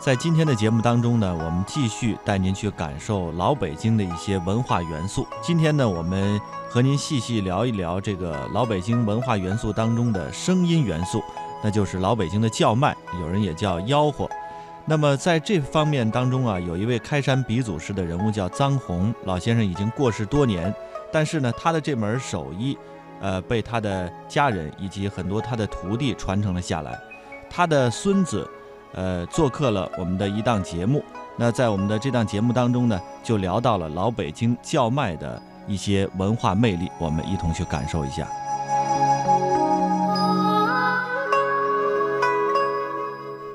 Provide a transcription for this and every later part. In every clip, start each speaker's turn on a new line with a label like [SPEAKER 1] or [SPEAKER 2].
[SPEAKER 1] 在今天的节目当中呢，我们继续带您去感受老北京的一些文化元素。今天呢，我们和您细细聊一聊这个老北京文化元素当中的声音元素，那就是老北京的叫卖，有人也叫吆喝。那么在这方面当中啊，有一位开山鼻祖式的人物叫臧洪老先生，已经过世多年，但是呢，他的这门手艺，呃，被他的家人以及很多他的徒弟传承了下来。他的孙子，呃，做客了我们的一档节目。那在我们的这档节目当中呢，就聊到了老北京叫卖的一些文化魅力，我们一同去感受一下。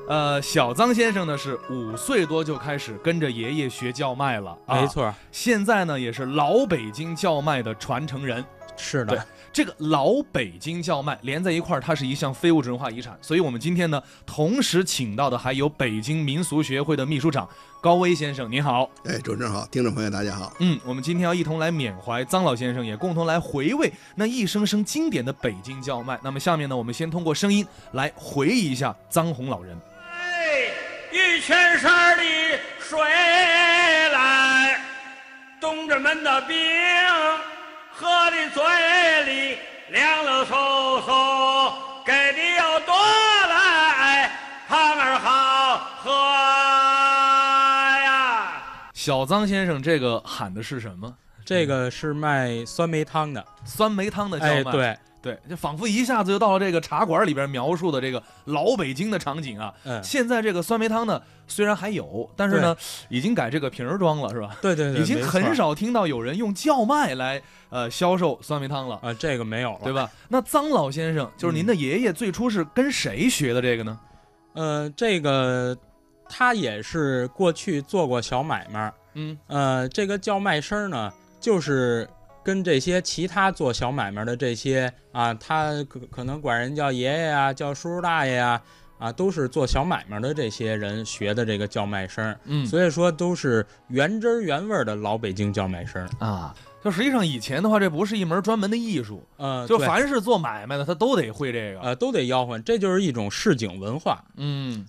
[SPEAKER 2] 呃，小臧先生呢是五岁多就开始跟着爷爷学叫卖了，啊
[SPEAKER 3] 没，错儿，
[SPEAKER 2] 现在呢也是老北京叫卖的传承人。
[SPEAKER 3] 是
[SPEAKER 2] 对
[SPEAKER 3] 的，
[SPEAKER 2] 这个老北京叫卖连在一块儿，它是一项非物质文化遗产。所以，我们今天呢，同时请到的还有北京民俗学会的秘书长高威先生，您好。
[SPEAKER 4] 哎，主持人好，听众朋友大家好。
[SPEAKER 2] 嗯，我们今天要一同来缅怀臧老先生，也共同来回味那一声声经典的北京叫卖。那么，下面呢，我们先通过声音来回忆一下臧洪老人。
[SPEAKER 5] 哎，玉泉山的水来，东直门的冰喝的嘴里凉了飕飕，给的要多来，胖儿好喝呀。
[SPEAKER 2] 小臧先生这个喊的是什么？
[SPEAKER 3] 这个是卖酸梅汤的，
[SPEAKER 2] 酸梅汤的叫
[SPEAKER 3] 哎，
[SPEAKER 2] 卖，
[SPEAKER 3] 对，
[SPEAKER 2] 对，就仿佛一下子就到了这个茶馆里边描述的这个老北京的场景啊。
[SPEAKER 3] 嗯，
[SPEAKER 2] 现在这个酸梅汤呢，虽然还有，但是呢，已经改这个瓶儿装了，是吧？
[SPEAKER 3] 对对对，
[SPEAKER 2] 已经
[SPEAKER 3] 没错
[SPEAKER 2] 很
[SPEAKER 3] 儿
[SPEAKER 2] 少听到有人用叫卖来呃销售酸梅汤了，
[SPEAKER 3] 啊，这个没有了，
[SPEAKER 2] 对？吧？那臧老先生，就是您的爷爷，最初是跟谁学的这个呢？
[SPEAKER 3] 呃，这个他也是过去做过小买卖儿，
[SPEAKER 2] 嗯，
[SPEAKER 3] 呃，这个叫卖声儿呢，就是。跟这些其他做小买卖儿的这些啊，他可可能管人叫爷爷啊，叫叔叔大爷啊，啊，都是做小买卖儿的这些人学的这个叫卖声儿，
[SPEAKER 2] 嗯
[SPEAKER 3] 所以说都是原汁儿原味儿的老北京叫卖声儿。
[SPEAKER 2] 啊，就实际上以前的话，这不是一门专门的艺术，
[SPEAKER 3] 呃，
[SPEAKER 2] 就
[SPEAKER 3] 对呃
[SPEAKER 2] 凡是做买卖的，他都得会这个。
[SPEAKER 3] 呃，都得吆喝，这就是一种市井文化。
[SPEAKER 2] 嗯，